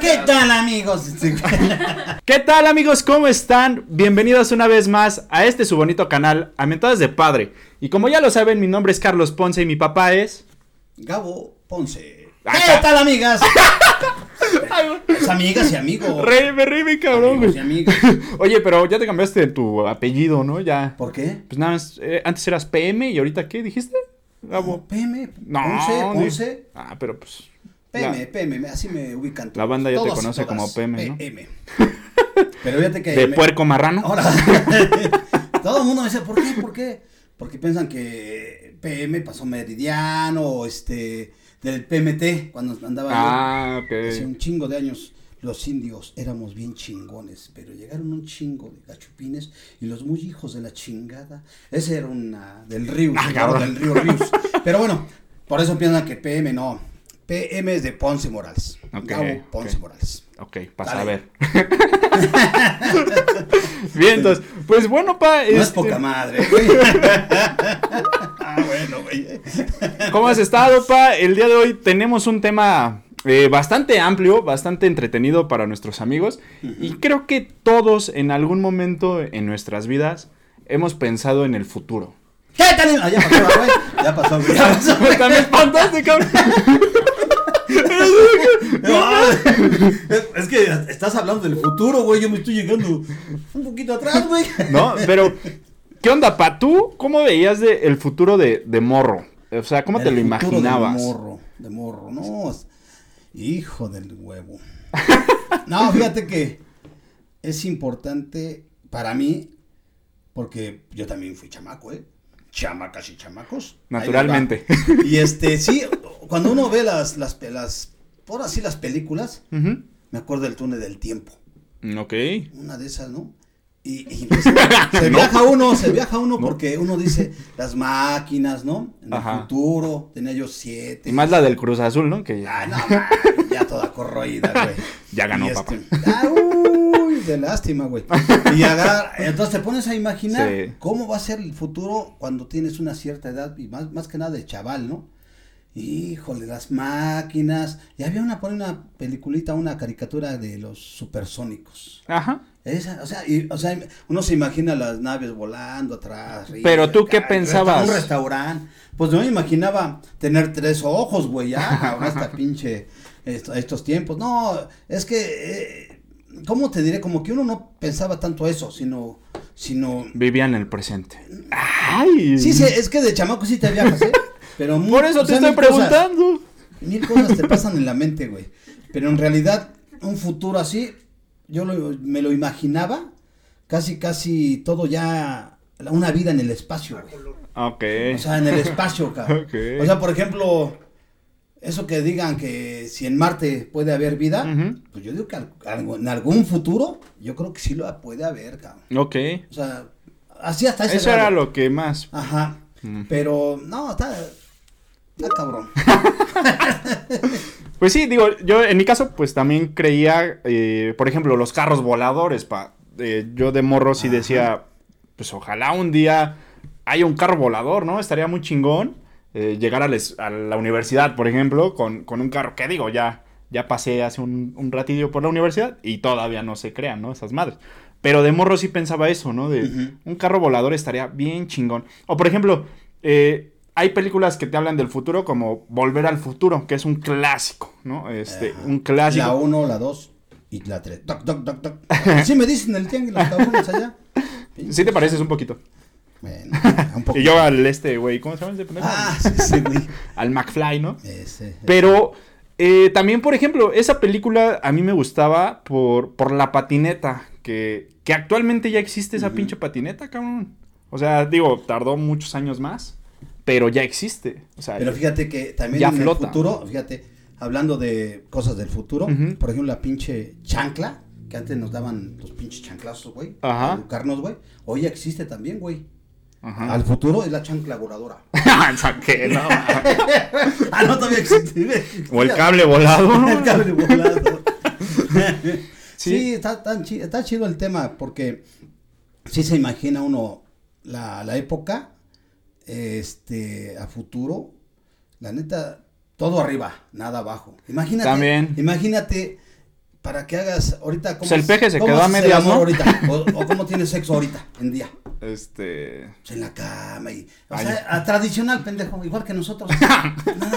¿Qué tal, amigos? ¿Qué tal amigos? ¿Cómo están? Bienvenidos una vez más a este su bonito canal, Amentadas de Padre. Y como ya lo saben, mi nombre es Carlos Ponce y mi papá es... Gabo Ponce. ¿Qué tal, amigas? Pues, amigas y amigos. Rey, me reí, mi cabrón. Amigos y güey. amigas. Oye, pero ya te cambiaste tu apellido, ¿no? Ya. ¿Por qué? Pues nada más, eh, antes eras PM y ahorita ¿qué dijiste? Gabo. PM, No. Ponce, di- Ponce, Ah, pero pues... PM, la- PM, así me ubican todos. La banda ya te todos y conoce todas, como PM, ¿no? PM. Pero fíjate que... de me- puerco marrano. Ahora, todo el mundo me dice, ¿por qué? ¿Por qué? Porque piensan que PM pasó meridiano, o este, del PMT, cuando andaba yo. Ah, Hace ok. un chingo de años los indios éramos bien chingones, pero llegaron un chingo de gachupines y los muy hijos de la chingada. Ese era una del río, Ah, claro, cabrón. del río Ríos. Pero bueno, por eso piensan que PM no. PM es de Ponce Morales. Ok, Gabo Ponce ok. Morales. Ok, pasa Dale. a ver. Bien, entonces, pues bueno, pa. No es este, poca madre, güey. ah, bueno, güey. ¿Cómo has estado, pa? El día de hoy tenemos un tema eh, bastante amplio, bastante entretenido para nuestros amigos. Y creo que todos en algún momento en nuestras vidas hemos pensado en el futuro. ¿Qué tal? Ah, ya pasó, güey. Ya pasó, güey. Ya pasó, güey. Hasta me espantaste, cabrón. No, es que estás hablando del futuro, güey. Yo me estoy llegando un poquito atrás, güey. ¿No? Pero, ¿qué onda, pa? ¿Tú cómo veías de- el futuro de, de morro? O sea, ¿cómo te El lo futuro imaginabas? De morro, de morro, no. es- Hijo del huevo. No, fíjate que es importante para mí, porque yo también fui chamaco, ¿eh? Chamacas y chamacos. Ahí les va. Naturalmente. Y este, sí, cuando uno ve las, las, las, por así las películas, Ujú. Mm, me acuerdo del túnel del tiempo. Ok. Una de esas, ¿no? Y, y ves, se viaja uno, se viaja uno porque uno dice las máquinas, ¿no? En el Ajá. futuro, tenía yo siete. Y más la del Cruz Azul, ¿no? Que Ah, no, man, ya toda corroída, güey. Ya ganó, Y papá. ah, uy, de lástima, güey. Y agarrar, entonces te pones a imaginar Sí. cómo va a ser el futuro cuando tienes una cierta edad y más, más que nada de chaval, ¿no? Híjole, las máquinas. Y había una, por ahí una peliculita, una caricatura de los supersónicos. Ajá. Esa, o sea, y- o sea, uno se imagina las naves volando atrás. arriba, Pero tú, ¿qué acá, pensabas? Un restaurante. Pues no me imaginaba tener tres ojos, güey, ya, cabrón, hasta pinche esto- estos tiempos. No, es que, eh, ¿cómo te diré? Como que uno no pensaba tanto eso, sino, sino, Vivía en el presente. ¡Ay! sí, sí, es que de chamaco sí te viajas, ¿eh? Pero mu- Mm. Por eso o te sea, estoy mil cosas- preguntando. Mil cosas te pasan en la mente, güey. Pero en realidad, un futuro así, yo lo- me lo imaginaba, casi, casi todo ya, la- una vida en el espacio, güey. Ok. O sea, en el espacio, cabrón. Ok. O sea, por ejemplo, eso que digan que si en Marte puede haber vida, Ujú. pues yo digo que al- algo- en algún futuro, yo creo que sí lo puede haber, cabrón. ok. O sea, así hasta ese Eso era grado. lo Mm. que más. Ajá. Pero, no, está, está cabrón. Pues sí, digo, yo en mi caso, pues también creía, eh, por ejemplo, los carros voladores, pa. Eh, yo de morro sí decía, pues ojalá un día haya un carro volador, ¿no? Estaría muy chingón eh, llegar a, les- a la universidad, por ejemplo, con, con un carro. que digo? Ya, ya pasé hace un, un ratillo por la universidad y todavía no se crean, ¿no? Esas madres. Pero de morro sí pensaba eso, ¿no? De Ujú. un carro volador estaría bien chingón. O por ejemplo, eh, hay películas que te hablan del futuro como Volver al Futuro, que es un clásico, ¿no? Este, Ajá. un clásico. La 1, la 2 y la 3. Toc, toc, toc, toc. Sí me dicen el tianguis, los cabrones allá. Sí te pareces un poquito. Bueno, un poco. Y yo al este, güey, ¿cómo se llama ese pendejo? Ah, sí, sí, güey. Al McFly, ¿no? Ese. Pero eh, también, por ejemplo, esa película a mí me gustaba por, por la patineta, que, que actualmente ya existe esa pinche patineta, cabrón. O sea, digo, tardó muchos años más, pero ya existe. O sea, Pero fíjate que también Ya en el flota. futuro, fíjate, hablando de cosas del futuro, Ujú. por ejemplo, la pinche chancla, que antes nos daban los pinches chanclazos, güey, Ajá. para educarnos, güey. Hoy ya existe también, güey. Ajá. Al futuro es la chancla voladora. O sea, que no. ah, no, todavía existe. güey. O el cable volado, ¿no? El cable volado. Sí. sí, está, tan chi- está chido el tema porque sí se imagina uno la, la época este a futuro. La neta, todo arriba, nada abajo. Imagínate. También. Imagínate para que hagas ahorita. Pues el peje se cómo quedó a haces el medias, amor ¿no? ahorita? O, o cómo tienes sexo ahorita, en día. Este. Pues en la cama y. O Ay. sea, a- tradicional, pendejo, igual que nosotros. Nada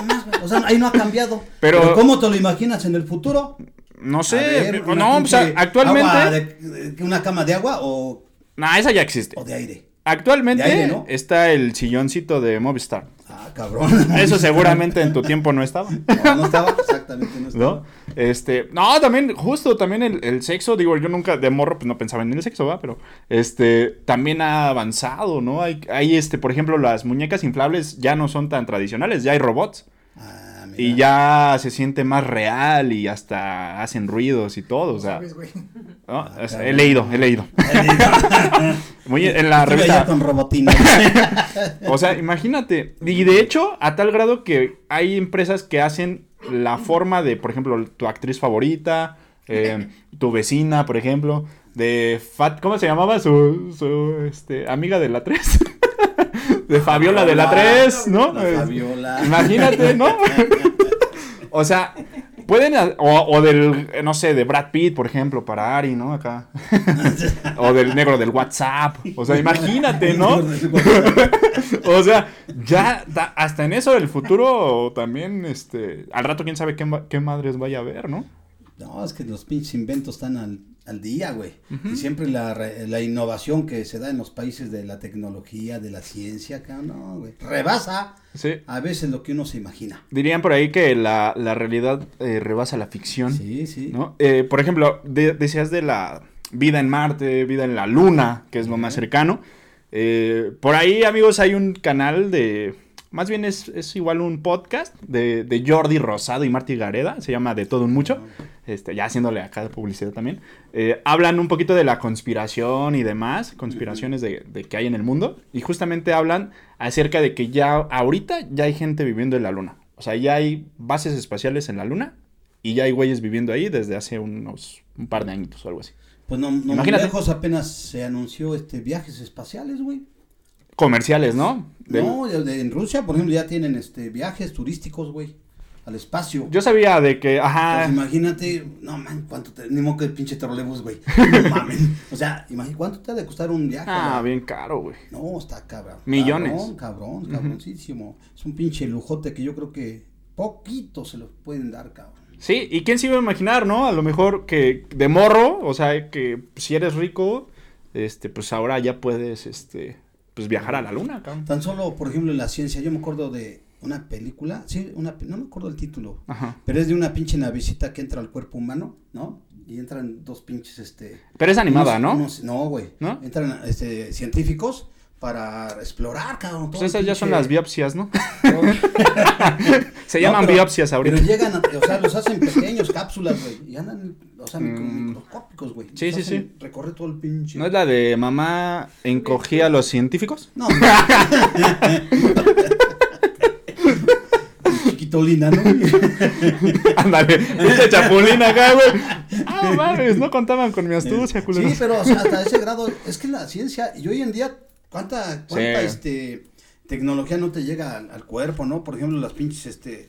más, güey. O sea, ahí no ha cambiado. Pero- ¿Cómo te lo imaginas en el futuro? No sé. A ver, una no, o sea, pinche agua actualmente. de- de- ¿Una cama de agua o, Nah, esa ya existe. o de aire? Actualmente De aire, ¿no? está el silloncito de Movistar. Ah, cabrón. Eso seguramente en tu tiempo no estaba. No, no estaba, exactamente, no estaba. ¿No? Este, no, también, justo, también el, el sexo, digo, yo nunca, de morro, pues no pensaba en el sexo, ¿va? Pero, este, también ha avanzado, ¿no? Hay, hay, este, por ejemplo, las muñecas inflables ya no son tan tradicionales, ya hay robots. Ah, mira. Y ya se siente más real y hasta hacen ruidos y todo, o sea, ¿Sabes, güey? ¿no? Ah, O sea, he cabrón. leído, he leído. Muy en la Estuve revista. allá con robotina. O sea, imagínate. Y de hecho, a tal grado que hay empresas que hacen la forma de, por ejemplo, tu actriz favorita, eh, tu vecina, por ejemplo, de Fat, ¿cómo se llamaba su, su, este, amiga de la 3? De Fabiola de la 3, ¿no? La Fabiola. Imagínate, ¿no? O sea, pueden, ha- o, o del, eh, no sé, de Brad Pitt, por ejemplo, para Ari, ¿no? Acá. O del negro del WhatsApp. O sea, imagínate, ¿no? O sea, ya da- hasta en eso el futuro también, este, al rato quién sabe qué, ma- qué madres vaya a haber, ¿no? No, es que los pinches inventos están al, al día, güey. Y siempre la, re- la innovación que se da en los países de la tecnología, de la ciencia, cabrón, no, güey. Rebasa Sí. a veces lo que uno se imagina. Dirían por ahí que la, la realidad eh, rebasa la ficción, Sí, sí. ¿no? Eh, por ejemplo, de- decías de la vida en Marte, vida en la Luna, que es lo más cercano. Eh, por ahí, amigos, hay un canal de... Más bien es, es igual un podcast de, de Jordi Rosado y Martí Gareda, se llama De Todo Un Mucho. este, ya haciéndole acá de publicidad también, eh, hablan un poquito de la conspiración y demás, conspiraciones de, de que hay en el mundo, y justamente hablan acerca de que ya ahorita ya hay gente viviendo en la luna, o sea, ya hay bases espaciales en la luna, y ya hay güeyes viviendo ahí desde hace unos un par de añitos o algo así. Pues no, no muy Imagínate. lejos apenas se anunció este viajes espaciales, güey. Comerciales, ¿no? Del- No, de- de- en Rusia, por ejemplo, ya tienen este viajes turísticos, güey, al espacio. Yo ah. sabía de que, Pues ajá, imagínate, no man, cuánto te, ni modo que el pinche trolebus, güey. No mames. O sea, imagínate cuánto te ha de costar un viaje. ah, güey? bien caro, güey. No, está cabrón. Millones. Cabrón, cabrón, cabroncísimo. Es un pinche lujote que yo creo que poquito se los pueden dar, cabrón. Sí, y quién se iba a imaginar, ¿no? A lo mejor que de morro, o sea, que si eres rico, este, pues ahora ya puedes, este, pues viajar a la luna, cabrón. Tan solo, por ejemplo, en la ciencia, yo me acuerdo de una película, sí, una, pe- no me acuerdo el título, Ajá. pero es de una pinche navecita que entra al cuerpo humano, ¿no? Y entran dos pinches, este... Pero es animada, unos- ¿no? unos- no, güey. ¿No? Entran, este, científicos para explorar, cabrón. Pues todo el esas ya son pinche- las biopsias, ¿no? Se No, llaman pero- biopsias ahorita. Pero llegan, a- o sea, los hacen pequeños, cápsulas, güey. Y andan, o sea, micro- Mm. microscópicos, güey. Sí, Los sí, hacen Recorrer todo el pinche. ¿No es la de mamá encogía a los científicos? No, güey. Chiquitolina, ¿no? Ándale, pinche chapulín acá, güey. Ah, mames, no contaban con mi astucia, culero. sí, pero o sea, hasta ese grado, es que la ciencia, y hoy en día, cuánta, cuánta, Sí. este, tecnología no te llega al, al cuerpo, ¿no? Por ejemplo, las pinches, este,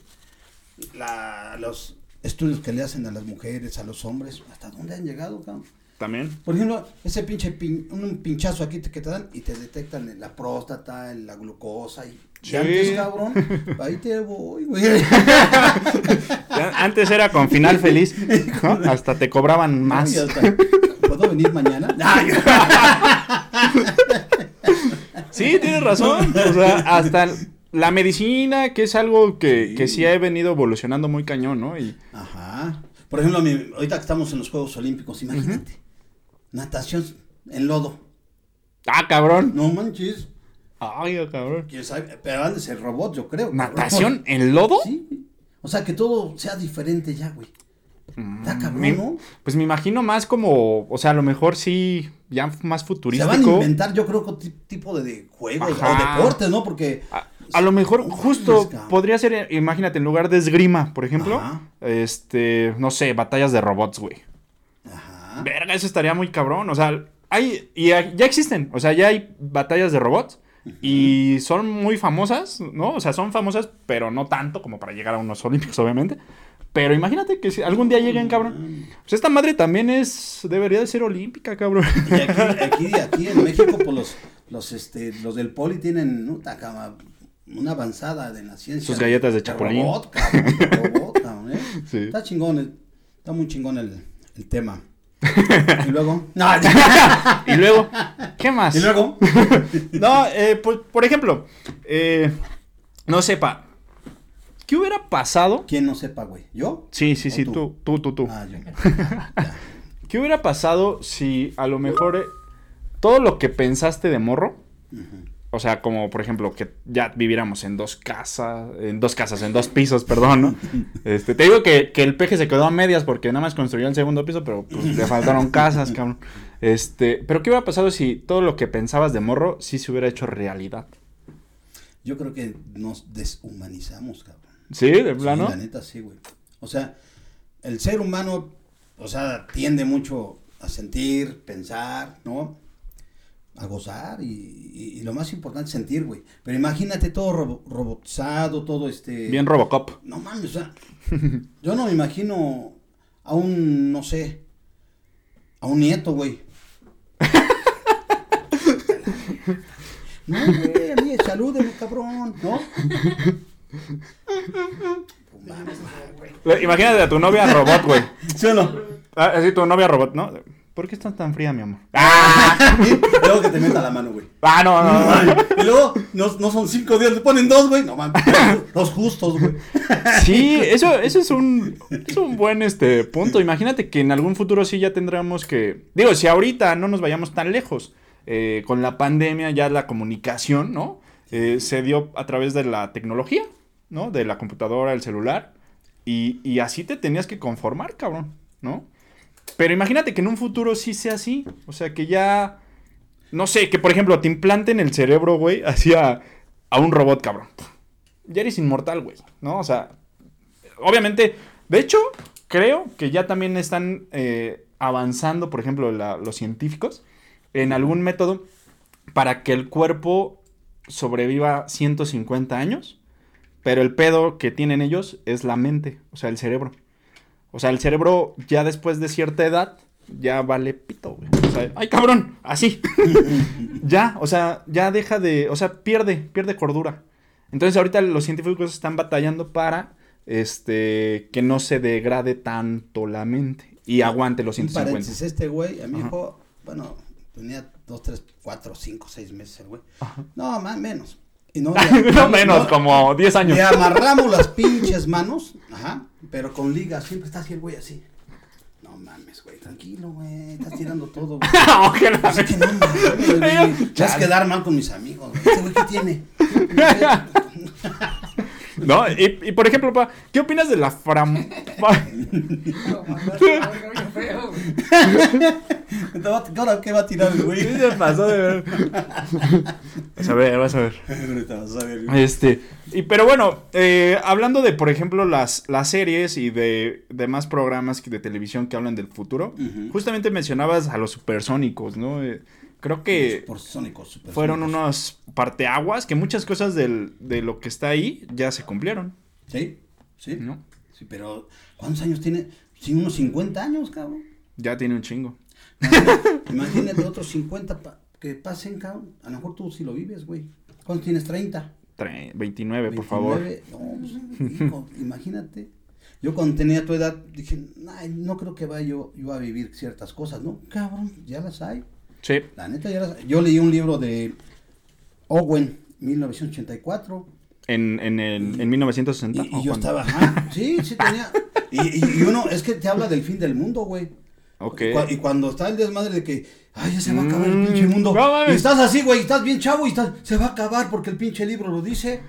la, los estudios que le hacen a las mujeres, a los hombres, ¿hasta dónde han llegado, cabrón? También. Por ejemplo, ese pinche pin- un pinchazo aquí te- que te dan y te detectan en la próstata, en la glucosa y, y Sí. antes, cabrón, ahí te voy, güey. Ya, Antes era con final feliz, ¿no? Hasta te cobraban más. Y hasta, ¿Puedo venir mañana? Ay, Sí, tienes razón. O sea, hasta la medicina, que es algo que, que sí ha venido evolucionando muy cañón, ¿no? Y Ajá. Por ejemplo, mi- ahorita que estamos en los Juegos Olímpicos, imagínate. Natación en lodo. ah, cabrón. No manches. Ay, ah, cabrón. Quién sabe, pero han de ser robot, yo creo. cabrón. ¿Natación en lodo? Sí. güey. O sea, que todo sea diferente ya, güey. Mm, Está cabrón, Me- ¿no? Pues me imagino más como, o sea, a lo mejor sí, ya más Se van a futurístico. inventar, yo creo, que ti- tipo de, de juegos Ajá. Ah. o deportes, ¿no? Porque. A, a lo mejor No mames, justo cabrón. podría ser, eh, imagínate, en lugar de esgrima, por ejemplo, Pues, ah. Ajá. este, no sé, batallas de robots, güey. Ajá. Verga, eso estaría muy cabrón. O sea, hay. Y hay- ya existen. O sea, ya hay batallas de robots. Y son muy famosas, ¿no? O sea, son famosas, pero no tanto como para llegar a unos olímpicos, obviamente. Pero imagínate que si algún día lleguen, cabrón. Pues esta madre también es. Debería de ser olímpica, cabrón. Y aquí, aquí, aquí en México, pues los, los, este, los del poli tienen ¿no? Taca- una avanzada de la ciencia. Sus galletas de chapulín. Robot, cabrón, de robot, cabrón, ¿eh? Sí. Está chingón, el- está muy chingón el, el tema. y luego. No, y luego, ¿qué más? y luego. No, eh, por, por ejemplo, eh, no sepa, ¿qué hubiera pasado? Quien no sepa, güey. ¿Yo? Sí, sí, ¿O sí, tú, tú, tú, tú. Ah, yo. ¿Qué hubiera pasado si a lo mejor eh, todo lo que pensaste de morro, Ujú. o sea, como por ejemplo que ya viviéramos en dos casas, en dos casas, en dos pisos, perdón, ¿no? Este, te digo que, que el peje se quedó a medias porque nada más construyó el segundo piso, pero pues, le faltaron casas, cabrón. Este, pero ¿qué hubiera pasado si todo lo que pensabas de morro sí se hubiera hecho realidad? Yo creo que nos deshumanizamos, cabrón. ¿Sí? ¿De Sí, plano? la neta, sí, güey. O sea, el ser humano, o sea, tiende mucho a sentir, pensar, ¿no? A gozar y, y- y lo más importante, sentir, güey. Pero imagínate todo robo- robotizado, todo este... Bien Robocop. No mames, o sea, yo no me imagino a un, no sé, a un nieto, güey. No, güey, a mí, salúdeme, cabrón, ¿no? No mames, güey. Le- Imagínate a tu novia robot, güey. ¿Sí o no? Ah, Así tu novia robot, ¿no? ¿Por qué estás tan fría, mi amor? Ah, Luego que te meta la mano, güey. ah, no, no, no. Y luego, no, no son cinco días, le ponen dos, güey. No mames, los justos, güey. Sí, eso, eso es un, es un buen este punto. Imagínate que en algún futuro sí ya tendremos que. Digo, si ahorita no nos vayamos tan lejos. eh, con la pandemia, ya la comunicación, ¿no? Eh, se dio a través de la tecnología, ¿no? De la computadora, el celular. Y, y así te tenías que conformar, cabrón, ¿no? Pero imagínate que en un futuro sí sea así. O sea, que ya. No sé, que por ejemplo te implanten el cerebro, güey, hacia a un robot, cabrón. Ya eres inmortal, güey, ¿no? O sea, obviamente, de hecho, creo que ya también están eh, avanzando, por ejemplo, la- los científicos en algún método para que el cuerpo sobreviva 150 años, pero el pedo que tienen ellos es la mente, o sea, el cerebro. O sea, el cerebro ya después de cierta edad ya vale pito, güey. O sea, ay cabrón, así. ya, o sea, ya deja de, o sea, pierde, pierde cordura. Entonces ahorita los científicos están batallando para este que no se degrade tanto la mente y aguante los Un 150. paréntesis, este güey, a mi Ajá. hijo, bueno, tenía dos, tres, cuatro, cinco, seis meses el güey. No, más, menos. Y no, le- no menos, no, como 10 años. Le amarramos las pinches manos, ajá, pero con ligas, siempre está así el güey así. No mames, güey, tranquilo, güey, estás tirando todo, güey. Ojalá. Así que no mames, güey. Te vas a quedar mal con mis amigos, güey. Este güey, ¿qué tiene? No, y, y por ejemplo, pa, ¿qué opinas de la fram... Te va a- ¿Ahora qué va a tirar el güey? pasó de ver? Vas a ver, vas a ver. Ahorita vas a ver, güey. Este, y, pero bueno, eh, hablando de, por ejemplo, las, las series y de demás programas que- de televisión que hablan del futuro, Ujú. justamente mencionabas a los supersónicos, ¿no? Eh, creo que... Por sónicos, super Fueron sónicos. unos parteaguas que muchas cosas del- de lo que está ahí ya se cumplieron, Sí, sí. ¿no? Sí, pero ¿cuántos años tiene? Sí, unos 50 años, cabrón. Ya tiene un chingo. Imagínate otros 50 pa- que pasen, cabrón. A lo mejor tú sí lo vives, güey. ¿Cuántos tienes? 30. Tre- 29, Eh, por favor. 29. No, pues, hijo, imagínate. Yo cuando tenía tu edad dije, "Ay, no creo que vaya yo, yo a vivir ciertas cosas, ¿no? Cabrón, ya las hay. Sí. La neta, ya las hay. Yo leí un libro de Owen, 1984. En, en, el- en Y, 1960. y ¿o yo cuándo? estaba, ajá, sí, sí tenía. Y, y- y uno, es que te habla del fin del mundo, güey. Ok. Y cua- Y cuando está el desmadre de que, ay, ya se va a acabar el Mm, pinche mundo. no mames. y estás así, güey, y estás bien chavo y estás, se va a acabar porque el pinche libro lo dice.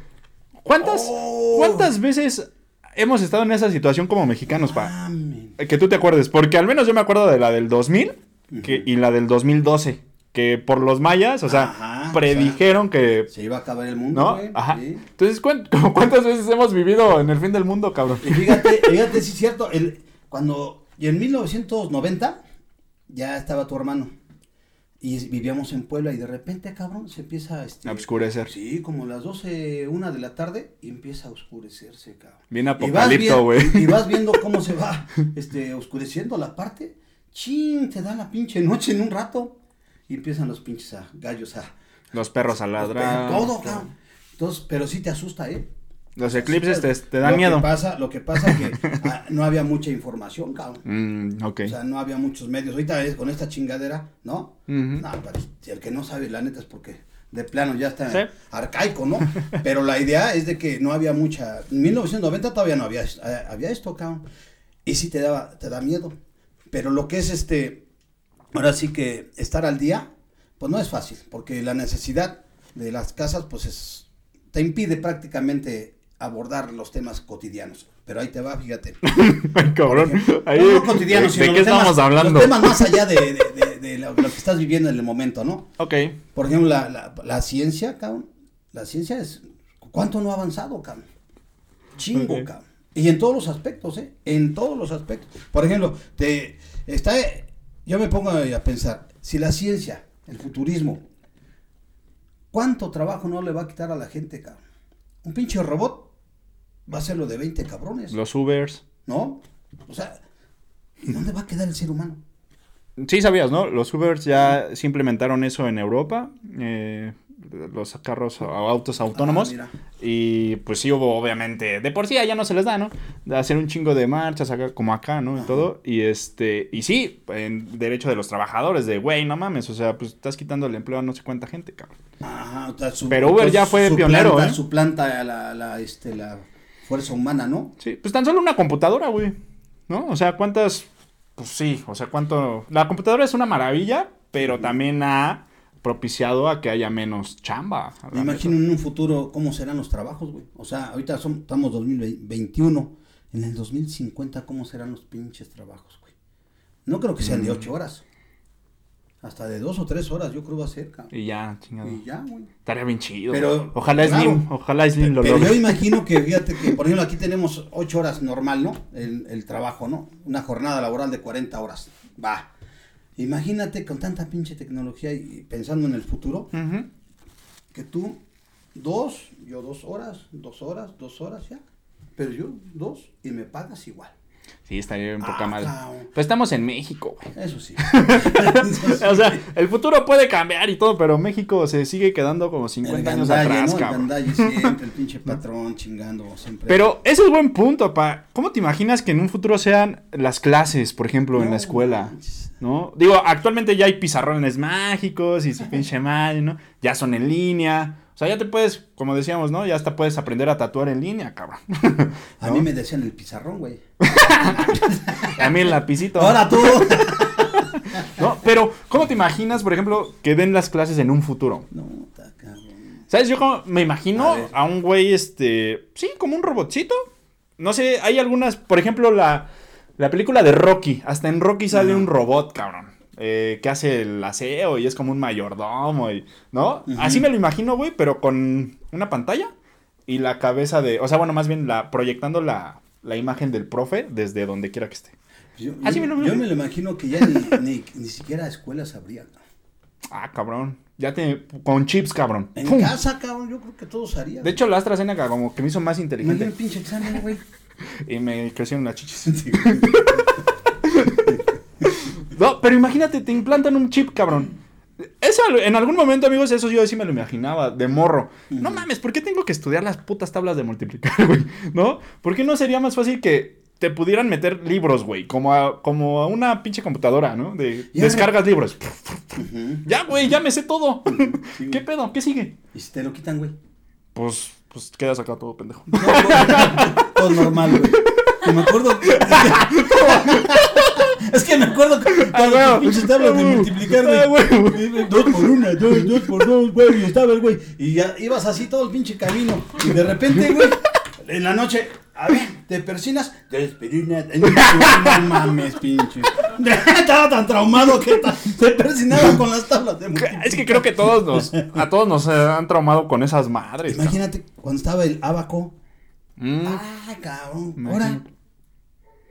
¿Cuántas, Oh. ¿Cuántas veces hemos estado en esa situación como mexicanos, pa? Amén. Que tú te acuerdes, porque al menos yo me acuerdo de la del 2000 que, y la del 2012, que por los mayas, o sea, Ajá, predijeron que... Se iba a acabar el mundo, ¿No? güey. Ajá. sí. Entonces, ¿cuán- como ¿cuántas veces hemos vivido en el fin del mundo, cabrón? Y fíjate, fíjate, sí es cierto, el, cuando, y en 1990, ya estaba tu hermano. Y vivíamos en Puebla y de repente, cabrón, se empieza este, A oscurecer. Sí, como las 12, una de la tarde y empieza a oscurecerse, cabrón. Bien Y vas apocalipto, vi- güey. Y vas viendo cómo se va este, oscureciendo la parte. Chin, te da la pinche noche en un rato. Y empiezan los pinches a, gallos a Los perros a ladrar. Todo, cabrón. Entonces, pero sí te asusta, ¿eh? Los eclipses te, te Lo dan que miedo. pasa, lo que pasa es que ah, no había mucha información, cabrón. Mm, ok. O sea, no había muchos medios. Ahorita es con esta chingadera, ¿no? Ujú. No, pues, el que no sabe, la neta es porque de plano ya está Sí. arcaico, ¿no? Pero la idea es de que no había mucha. En 1990 todavía no había, es- eh, había esto, cabrón. Y sí te, daba, te da miedo. Pero lo que es este. Ahora sí que estar al día, pues no es fácil, porque la necesidad de las casas, pues es. Te impide prácticamente abordar los temas cotidianos. Pero ahí te va, fíjate. Ay, cabrón. Ahí- No, no cotidiano, ¿De, sino de los qué temas- estamos hablando? Los temas más allá de, de- de- de lo, lo que estás viviendo en el momento, ¿no? Ok. Por ejemplo, la, la- la ciencia, cabrón. La ciencia es. ¿Cuánto no ha avanzado, cabrón? Chingo, Ok. cabrón. Y en todos los aspectos, ¿eh? En todos los aspectos. Por ejemplo, te está. Yo me pongo a pensar, si la ciencia, el futurismo, ¿cuánto trabajo no le va a quitar a la gente, cabrón? Un pinche robot va a ser lo de 20 cabrones. Los Ubers. ¿No? O sea, ¿y dónde va a quedar el ser humano? Sí, sabías, ¿no? Los Ubers ya se implementaron eso en Europa. eh, los carros o autos autónomos. mira. y pues sí hubo, obviamente, de por sí allá no se les da, ¿no? De hacer un chingo de marchas acá, como acá, ¿no? Y todo. Y este, y sí, en derecho de los trabajadores, de güey, no mames, o sea, pues estás quitando el empleo a no sé cuánta gente, cabrón. Ajá, Ah, o sea, su- Pero Uber ya fue suplanta- pionero, ¿eh? Suplanta a la, la, este, la fuerza humana, ¿no? Sí, pues tan solo una computadora, güey. ¿No? O sea, cuántas. Pues sí, o sea, cuánto. La computadora es una maravilla, pero también ha propiciado a que haya menos chamba. la Me imagino en un futuro cómo serán los trabajos, güey. O sea, ahorita son- estamos 2021. En el 2050, ¿cómo serán los pinches trabajos, güey? No creo que sean Mm. de ocho horas. Hasta de dos o tres horas, yo creo va a ser, neta. cabrón. Y ya, chingado. Y ya, güey. Estaría bien chido. Pero- ojalá Slim, claro. ojalá Slim lo Pero yo logre. imagino que, fíjate que, por ejemplo, aquí tenemos ocho horas normal, ¿no? El, el trabajo, ¿no? Una jornada laboral de 40 horas. Va. Imagínate con tanta pinche tecnología y, y pensando en el futuro, Ujú. que tú dos, yo dos horas, dos horas, dos horas ya. Pero yo dos y me pagas igual. Sí, estaría bien poca Ah, madre. claro. Pero estamos en México, güey. Eso sí. O sea, el futuro puede cambiar y todo, pero México se sigue quedando como 50 años gandalle, atrás, ¿no? El cabrón. gandalle siempre, el pinche patrón chingando siempre. Pero ese es buen punto, pa. ¿Cómo te imaginas que en un futuro sean las clases, por ejemplo, en No, la escuela? manches. ¿No? Digo, actualmente ya hay pizarrones mágicos y su pinche madre, ¿no? Ya son en línea. O sea, ya te puedes, como decíamos, ¿no? Ya hasta puedes aprender a tatuar en línea, cabrón. A mí me decían el pizarrón, güey. A mí el lapicito. Ahora tú. ¿No? Pero, ¿cómo te imaginas, por ejemplo, que den las clases en un futuro? No, está cabrón. ¿Sabes? Yo como- me imagino A a, ver. un güey, este. Sí, como un robotcito. No sé, hay algunas. Por ejemplo, la, la película de Rocky. Hasta en Rocky sale Ajá. un robot, cabrón. eh, que hace el aseo y es como un mayordomo y. ¿No? Ujú. Así me lo imagino, güey, pero con una pantalla y la cabeza de. O sea, bueno, más bien la proyectando la, la imagen del profe desde donde quiera que esté. Pues Yo, yo- Así me lo- yo me lo imagino que ya ni, ni, ni siquiera escuelas habría. ¿no? Ah, cabrón. Ya te. Con chips, cabrón. En ¡Pum! casa, cabrón, yo creo que todos harían. De hecho, la AstraZeneca como que me hizo más me dio inteligente el pinche examen, güey. y me crecieron las chichis. No, pero imagínate, te implantan un chip, cabrón. Eso, en algún momento, amigos, eso yo sí me lo imaginaba, de morro. No mames, ¿por qué tengo que estudiar las putas tablas de multiplicar, güey? ¿No? ¿Por qué no sería más fácil que te pudieran meter libros, güey? Como a, como a una pinche computadora, ¿no? De, Ya. descargas libros. Ujú. Ya, güey, ya me sé todo. Sí. ¿Qué pedo? ¿Qué sigue? Y si te lo quitan, güey. Pues, pues quedas acá todo pendejo. No, güey, todo normal, güey. Que me acuerdo. que- es que me acuerdo que- cuando Ah, tus güey. pinches tablas de multiplicar, güey. Ah, güey. Dos por una, dos, dos por dos, güey. Y estaba el güey. Y ya ibas así todo el pinche camino. Y de repente, güey, en la noche, a ver, te persinas. Tres perinas. No mames, pinche. Estaba tan traumado que ta- se persinaba con las tablas de multiplicar. Es que creo que todos nos, a todos nos eh, han traumado con esas madres. cabrón. Imagínate cuando estaba el abaco. Mm. Ah, cabrón. Imagínate. Ahora,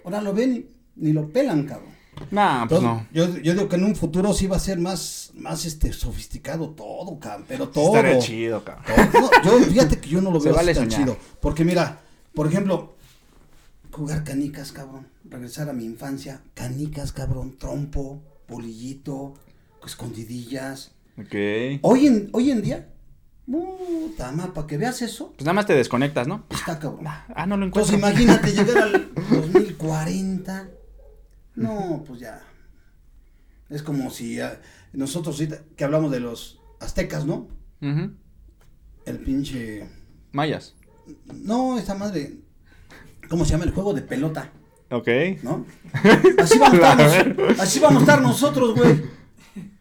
ahora lo ven y ni lo pelan, cabrón. Nah, pues Entonces, no. Yo, yo digo que en un futuro sí va a ser más, más este, sofisticado todo, cabrón, pero todo. Estaría chido, cabrón. Todo. No, yo, fíjate que yo no lo Se veo así vale tan soñar. chido. Porque mira, por ejemplo, jugar canicas, cabrón. Regresar a mi infancia. Canicas, cabrón. Trompo, bolillito, escondidillas. Ok. Hoy en, hoy en día, puta, ma, para que veas eso, Pues nada más te desconectas, ¿no? está cabrón. Ah, no lo Entonces encuentro. imagínate llegar al 2040. No, pues ya. Es como si ah, nosotros ahorita que hablamos de los aztecas, ¿no? Ujú. El pinche... Mayas. No, esta madre... ¿Cómo se llama? El juego de pelota, Ok. ¿no? Así vamos a estar, nos- así vamos a estar nosotros, güey.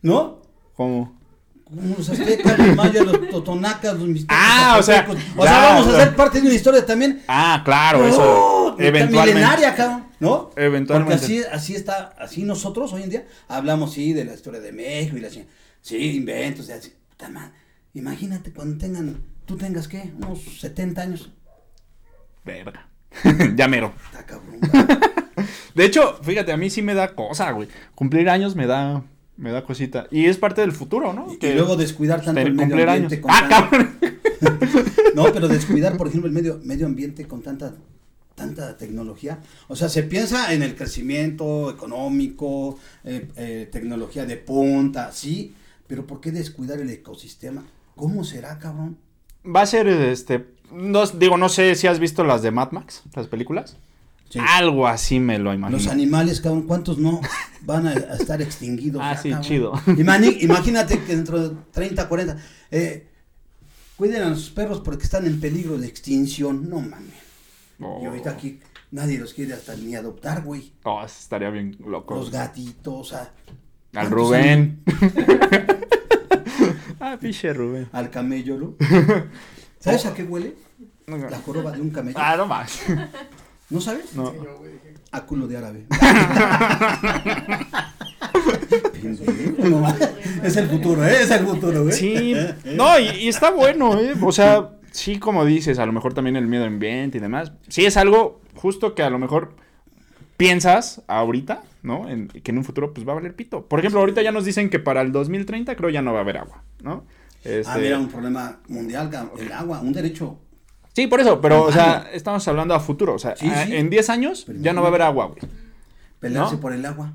¿no? ¿Cómo? Como Los aztecas, los mayas, los totonacas, los mixtecos. Ah, o sea, zapotecos. O ya, sea, vamos ya. a ser parte de una historia también Ah, claro, ¡Oh! eso. Está Eventualmente. milenaria, cabrón, ¿no? Eventualmente. Porque así, así está, así nosotros hoy en día hablamos, sí, de la historia de México y la chingada. Sí, inventos, ya, sí, puta madre. Imagínate cuando tengan, tú tengas, ¿qué? Unos 70 años. Verga. ya mero. Está cabrón. cabrón. De hecho, fíjate, a mí sí me da cosa, güey. Cumplir años me da. Me da cosita. Y es parte del futuro, ¿no? y luego descuidar tanto te- el medio cumplir años. ambiente. con Ah, tan- cabrón. No, pero descuidar, por ejemplo, el medio, medio ambiente con tanta tanta tecnología. O sea, se piensa en el crecimiento económico, eh, eh, tecnología de punta, sí, pero ¿por qué descuidar el ecosistema? ¿Cómo será, cabrón? Va a ser este. No, digo, no sé si has visto las de Mad Max, las películas. Sí. Algo así me lo imagino. Los animales, cabrón, ¿cuántos no van a, a estar extinguidos? Ah, ya, sí, cabrón? chido. Imani- imagínate que dentro de 30, 40, eh, cuiden a sus perros porque están en peligro de extinción. No mames. Oh. Y ahorita aquí nadie los quiere hasta ni adoptar, güey. Oh, eso estaría bien loco. Los gatitos, o sea, Al ¿cuántos Rubén. ah, pinche Rubén. al camello, ¿no? ¿Sabes a qué huele? La joroba de un camello. Ah, no más. ¿No sabes? No. A culo de árabe. Pendejo, no mames. es el futuro, ¿eh? Es el futuro, güey. Sí. eh, No, y, y está bueno, ¿eh? O sea, sí, como dices, a lo mejor también el medio ambiente y demás. Sí, es algo justo que a lo mejor piensas ahorita, ¿no? En- que en un futuro pues va a valer pito. Por ejemplo, ahorita ya nos dicen que para el 2030 creo ya no va a haber agua, ¿no? Este, Ah, mira, un problema mundial, cabrón, el agua, un derecho. Sí, por eso, pero, o sea, Humano. estamos hablando a futuro. O sea, Ah, Sí, a- sí. en 10 años Pero ya no va a haber agua, güey. Pelearse ¿No? por el agua.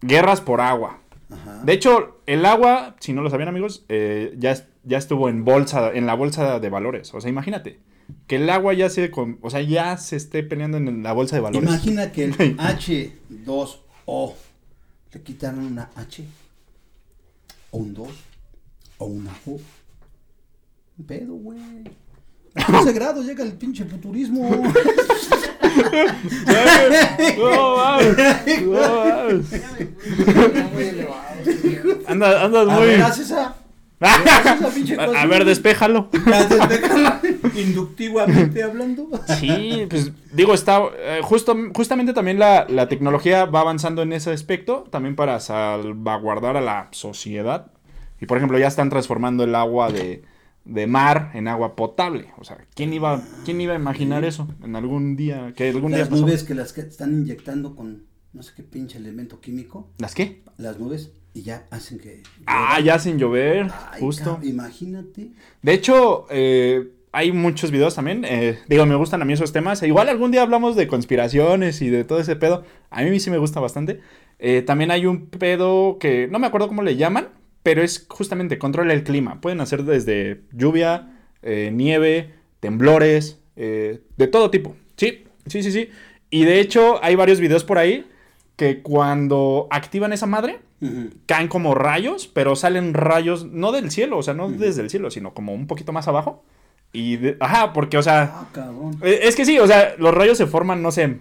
Guerras por agua. Ajá. De hecho, el agua, si no lo sabían amigos, eh, ya, es- ya estuvo en bolsa, en la bolsa de valores. O sea, imagínate que el agua ya se, con- o sea, ya se esté peleando en la bolsa de valores. Imagina que el H2O le quitaron una H, o un 2, o una O. Un pedo, güey. A 15 grados llega el pinche futurismo. No mames, no mames. Anda- andas A muy. ver, haz esa. haz esa pinche cosa. a ver, despéjalo. Ya, despejala, Inductivamente hablando. Sí, pues digo, está eh, justo, justamente también la, la tecnología va avanzando en ese aspecto, también para salvaguardar a la sociedad. Y por ejemplo, ya están transformando el agua de, de mar en agua potable. O sea, ¿quién iba, quién iba a imaginar eso en algún día? Que algún día Las pasó? nubes que las que están inyectando con no sé qué pinche elemento químico, ¿Las qué? las nubes, y ya hacen que. Ah, ya sin llover, Ay, justo. cab- Imagínate. De hecho, eh, hay muchos videos también. eh, digo, me gustan a mí esos temas. E Igual algún día hablamos de conspiraciones y de todo ese pedo. A mí sí me gusta bastante. Eh, también hay un pedo que no me acuerdo cómo le llaman, pero es justamente controla el clima. Pueden hacer desde lluvia, eh, nieve, temblores, eh, de todo tipo. Sí, sí, sí, sí. Y de hecho, hay varios videos por ahí que cuando activan esa madre, Ujú. caen como rayos, pero salen rayos no del cielo, o sea, no desde el cielo, sino como un poquito más abajo. Y, de- ajá, porque, o sea, Ah, cabrón. eh, es que sí, o sea, los rayos se forman, no sé,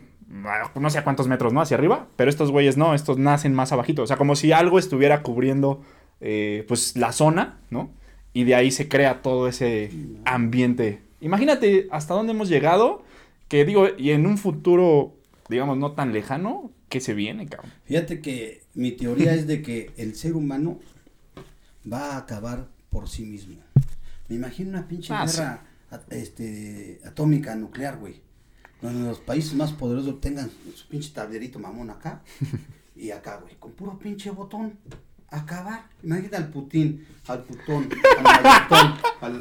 no sé a cuántos metros, ¿no? Hacia arriba, pero estos güeyes no, estos nacen más abajito, o sea, como si algo estuviera cubriendo, eh, pues, la zona, ¿no? Y de ahí se crea todo ese ambiente. Imagínate hasta dónde hemos llegado, que digo, y en un futuro, digamos, no tan lejano, ¿qué se viene, cabrón? Fíjate que mi teoría es de que el ser humano va a acabar por sí mismo. Me imagino una pinche Ah, sí. guerra a- este, atómica nuclear, güey. Donde los países más poderosos tengan su pinche tablerito mamón acá Y acá, güey, con puro pinche botón. Acabar. Imagínate al Putin, al putón, al botón, al.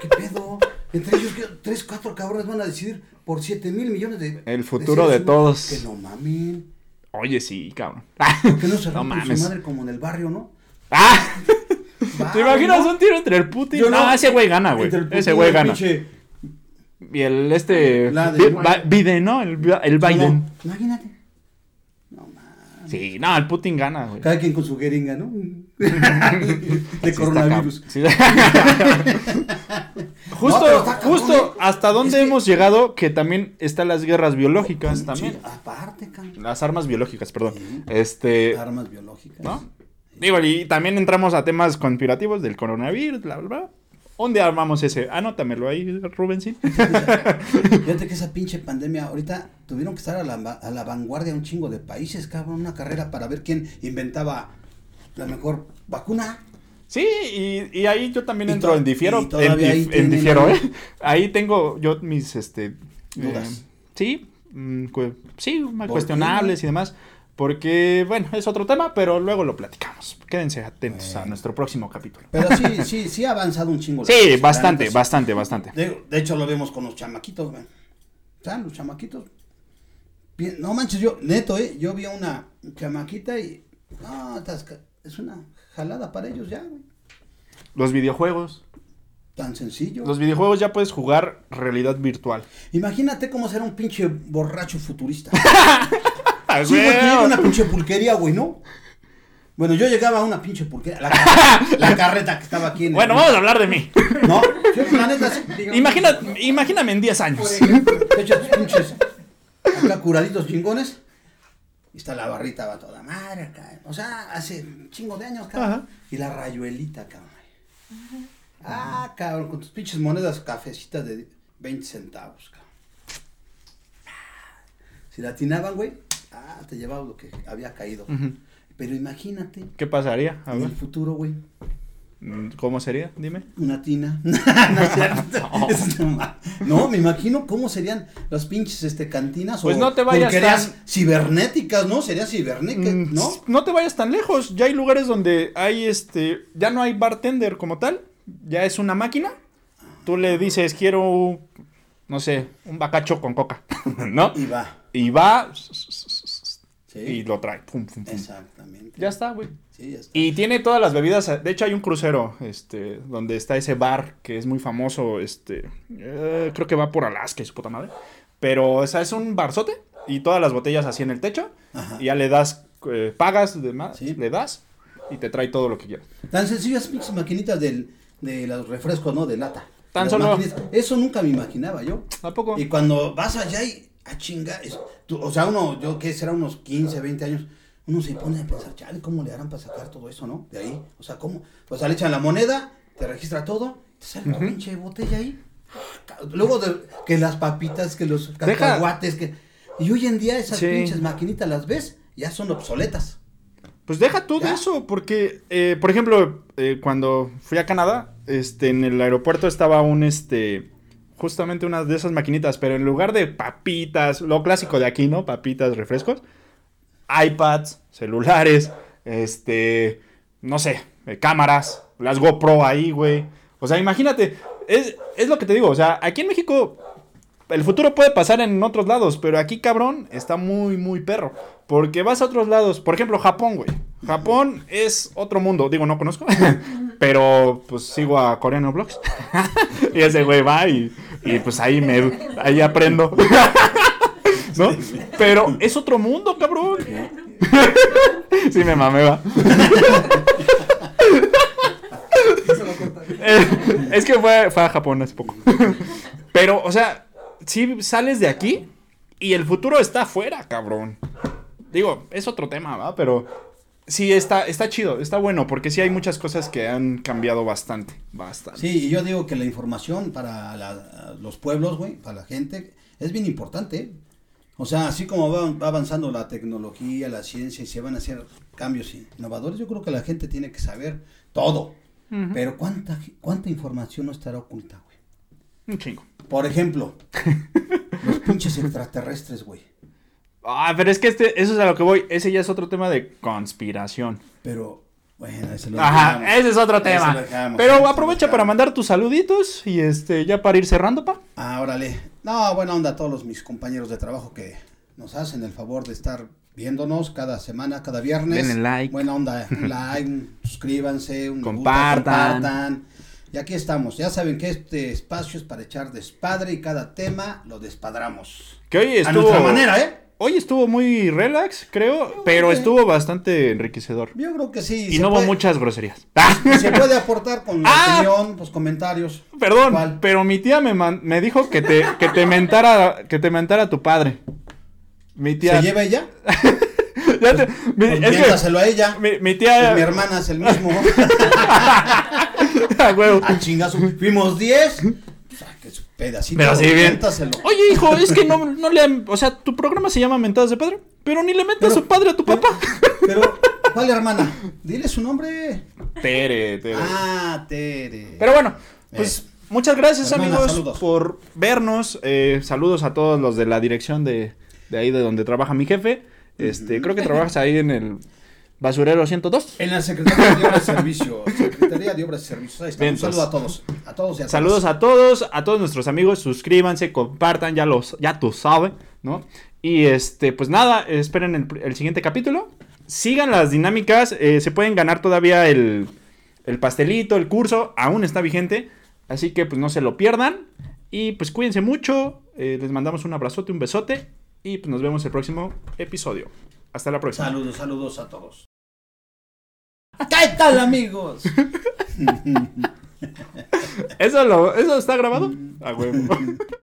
¿Qué pedo? Entre ellos, ¿qué? tres, cuatro cabrones van a decidir por siete mil millones de. El futuro de seres humanos. todos. Que no mamen. Oye, sí, cabrón. Que no se No rompen mames. su madre como en el barrio, ¿no? ¡Ah! Va, ¿Te imaginas ¿no? un tiro entre el Putin? Yo no, ese güey gana, güey. Entre el Putin Ese y güey el gana. pinche- Y el este. La de- Bi- Ba- Biden, ¿no? El, Bi- el Biden. No, imagínate. No mames. Sí, no, el Putin gana, güey. Cada quien con su jeringa, ¿no? de Sí está coronavirus. cab- sí. No, justo, pero está cabrón, justo ¿eh? hasta Es dónde que- hemos llegado que también están las guerras biológicas también. Sí, aparte, cabrón. Las armas biológicas, perdón. Sí. Este, Armas biológicas. ¿no? Digo, y también entramos a temas conspirativos del coronavirus, bla, bla, bla. ¿Dónde armamos ese? Ah, Anótamelo ahí, Rubensin. Fíjate que esa pinche pandemia, ahorita tuvieron que estar a la, va- a la vanguardia un chingo de países, cabrón. Una carrera para ver quién inventaba la mejor vacuna. Sí, y, y ahí yo también Y entro to- en difiero. y En, todavía dif- ahí en tienen difiero, algo. ¿eh? Ahí tengo yo mis, este... Dudas. eh, sí, mm, cu- sí, qué? cuestionables y demás. Porque, bueno, es otro tema, pero luego lo platicamos. Quédense atentos a Bueno. nuestro próximo capítulo. Pero sí, sí, sí ha avanzado un chingo. la Sí, ciencia, bastante, la neta, sí. bastante, bastante. De, de hecho, lo vemos con los chamaquitos, güey. ¿Saben? Los chamaquitos. Bien, no manches, yo, neto, ¿eh? Yo vi a una chamaquita y. No, estás ca- es una jalada para ellos ya, güey. Los videojuegos. Tan sencillo. Los videojuegos ya puedes jugar realidad virtual. Imagínate cómo será un pinche borracho futurista. ¡Ah, Sí, güey, güey! tiene una pinche pulquería, güey, ¿no? Bueno, yo llegaba a una pinche pulquería. La, carreta- la carreta que estaba aquí en. el- Bueno, vamos a hablar de mí. ¿No? Sí, la neta, sí. Imagina, imagíname en 10 Por años. ejemplo, te echas tus pinches acá curaditos chingones. Y está la barrita va toda madre acá. O sea, hace un chingo de años, cabrón. Ajá. Y la rayuelita, cabrón. Ah, cabrón, con tus pinches monedas cafecitas de 20 centavos, cabrón. Ah, Si la atinaban, güey, ah, te llevaba lo que había caído. Ujú. Pero imagínate, ¿Qué pasaría? A en ver, el futuro, güey, mm, ¿cómo sería? Dime. una tina. no, es cierto. Eso es nomás. No, me imagino cómo serían las pinches este, cantinas Pues o no te vayas pulquerías tan- cibernéticas, ¿no? Sería cibernética, Mm, ¿no? s- te vayas tan lejos. Ya hay lugares donde hay este. Ya no hay bartender como tal. Ya es una máquina. Tú le dices, quiero. No sé, un bacacho con coca. ¿No? Y va. Y va. s- s- s- s- Sí. Y lo trae. Pum, pum, pum. Exactamente. Ya está, güey. Sí, ya está. Y tiene todas las bebidas. De hecho, hay un crucero, este, donde está ese bar que es muy famoso, este, eh, creo que va por Alaska y su puta madre. Pero, o sea, es un barzote y todas las botellas así en el techo. Ajá. Y ya le das, eh, pagas, demás, Sí. le das y te trae todo lo que quieras. Tan sencillas pinches maquinitas del, de los refrescos, ¿no? De lata. Tan Las solo- maquinitas. Eso nunca me imaginaba yo. ¿A poco? Y cuando vas allá y a chingar, es- tú- o sea, uno, yo que será unos 15, 20 años, uno se pone a pensar, chale, ¿cómo le harán para sacar todo eso, no? De ahí, o sea, ¿cómo? O sea, le echan la moneda, te registra todo, te sale una pinche botella ahí. Ah, Ca- Luego de, que las papitas, que los cacahuates, que... Y hoy en día esas Sí. pinches maquinitas las ves, ya son obsoletas. Pues deja tú de Ya. eso, porque, eh, por ejemplo, eh, cuando fui a Canadá, este, en el aeropuerto estaba un, este, justamente una de esas maquinitas, pero en lugar de papitas, lo clásico de aquí, ¿no? Papitas, refrescos, iPads, celulares, este, no sé, eh, cámaras, las GoPro ahí, güey. O sea, imagínate, es, es lo que te digo, o sea, aquí en México el futuro puede pasar en otros lados, pero aquí, cabrón, está muy, muy perro. Porque vas a otros lados. Por ejemplo, Japón, güey. Japón es otro mundo. Digo, no conozco. pero pues sigo a Coreano Blogs. y ese güey va y, y, pues ahí me ahí aprendo. ¿No? Pero es otro mundo, cabrón. sí, me mamé, va. Eh, es que fue, fue a Japón hace poco. Pero, o sea, si sales de aquí y el futuro está afuera, cabrón. Digo, es otro tema, ¿va? Pero sí, está, está chido, está bueno, porque sí hay muchas cosas que han cambiado bastante, bastante. Sí, y yo digo que la información para la- los pueblos, güey, para la gente, es bien importante. ¿eh? O sea, así como va, va avanzando la tecnología, la ciencia y se van a hacer cambios innovadores, yo creo que la gente tiene que saber todo. Pero ¿cuánta, ge- ¿cuánta información no estará oculta, güey? Un chingo. Por ejemplo, los pinches extraterrestres, güey. Ah, pero es que este, eso es a lo que voy. Ese ya es otro tema de conspiración. Pero, bueno, ese lo Ajá, dejamos. ese es otro Ese tema. lo dejamos, ese Pero lo aprovecha para dejamos. mandar tus saluditos y este, ya para ir cerrando, pa. Ah, órale. No, buena onda a todos los- mis compañeros de trabajo que nos hacen el favor de estar viéndonos cada semana, cada viernes. Denle like. Buena onda, un like, un- suscríbanse, un me gusta, Compartan. compartan. Y aquí estamos. Ya saben que este espacio es para echar despadre y cada tema lo despadramos. Que hoy A estuvo. nuestra manera, ¿eh? Hoy estuvo muy relax, creo, pero ok. estuvo bastante enriquecedor. Yo creo que sí. Y, se no puede- hubo muchas groserías. Se puede aportar con la Ah. opinión, los comentarios. Perdón, ¿Cuál? pero mi tía me, man- me dijo que te, que te mentara que te mentara tu padre. Mi tía. ¿Se lleva ella? Ya te- mi, Pues es que miéntaselo a ella. mi, mi tía. Mi hermana es el mismo. Ah, huevo. A chingazo. Fuimos 10. O sea, que su pedacito. Pero sí, bien. cuéntaselo. Oye, hijo, es que no, no le. O sea, tu programa se llama Mentadas de Padre, pero ni le metas Pero- eh, su padre a tu papá. Pero, ¿cuál hermana? Dile su nombre. Tere, tere. Ah, Tere. Pero bueno, pues Eh. muchas gracias, Hermana, amigos, saludos. por vernos. Eh, saludos a todos los de la dirección de, de ahí de donde trabaja mi jefe. Este, creo que trabajas ahí en el basurero 102. En la Secretaría de Obras y Servicios. Secretaría de Obras y Servicios. Ahí está. Un Vientos. saludo a todos. A todos y a todas. Saludos a todos, a todos nuestros amigos, suscríbanse, compartan, ya los, ya tú sabes, ¿no? Y este, pues nada, esperen el, el siguiente capítulo. Sigan las dinámicas, eh, se pueden ganar todavía el, el pastelito, el curso, aún está vigente, así que pues no se lo pierdan. Y pues cuídense mucho, eh, les mandamos un abrazote, un besote y pues nos vemos el próximo episodio. Hasta la próxima. Saludos, saludos a todos. ¿Qué tal, amigos? ¿Eso, lo- ¿Eso está grabado? A Ah, huevo.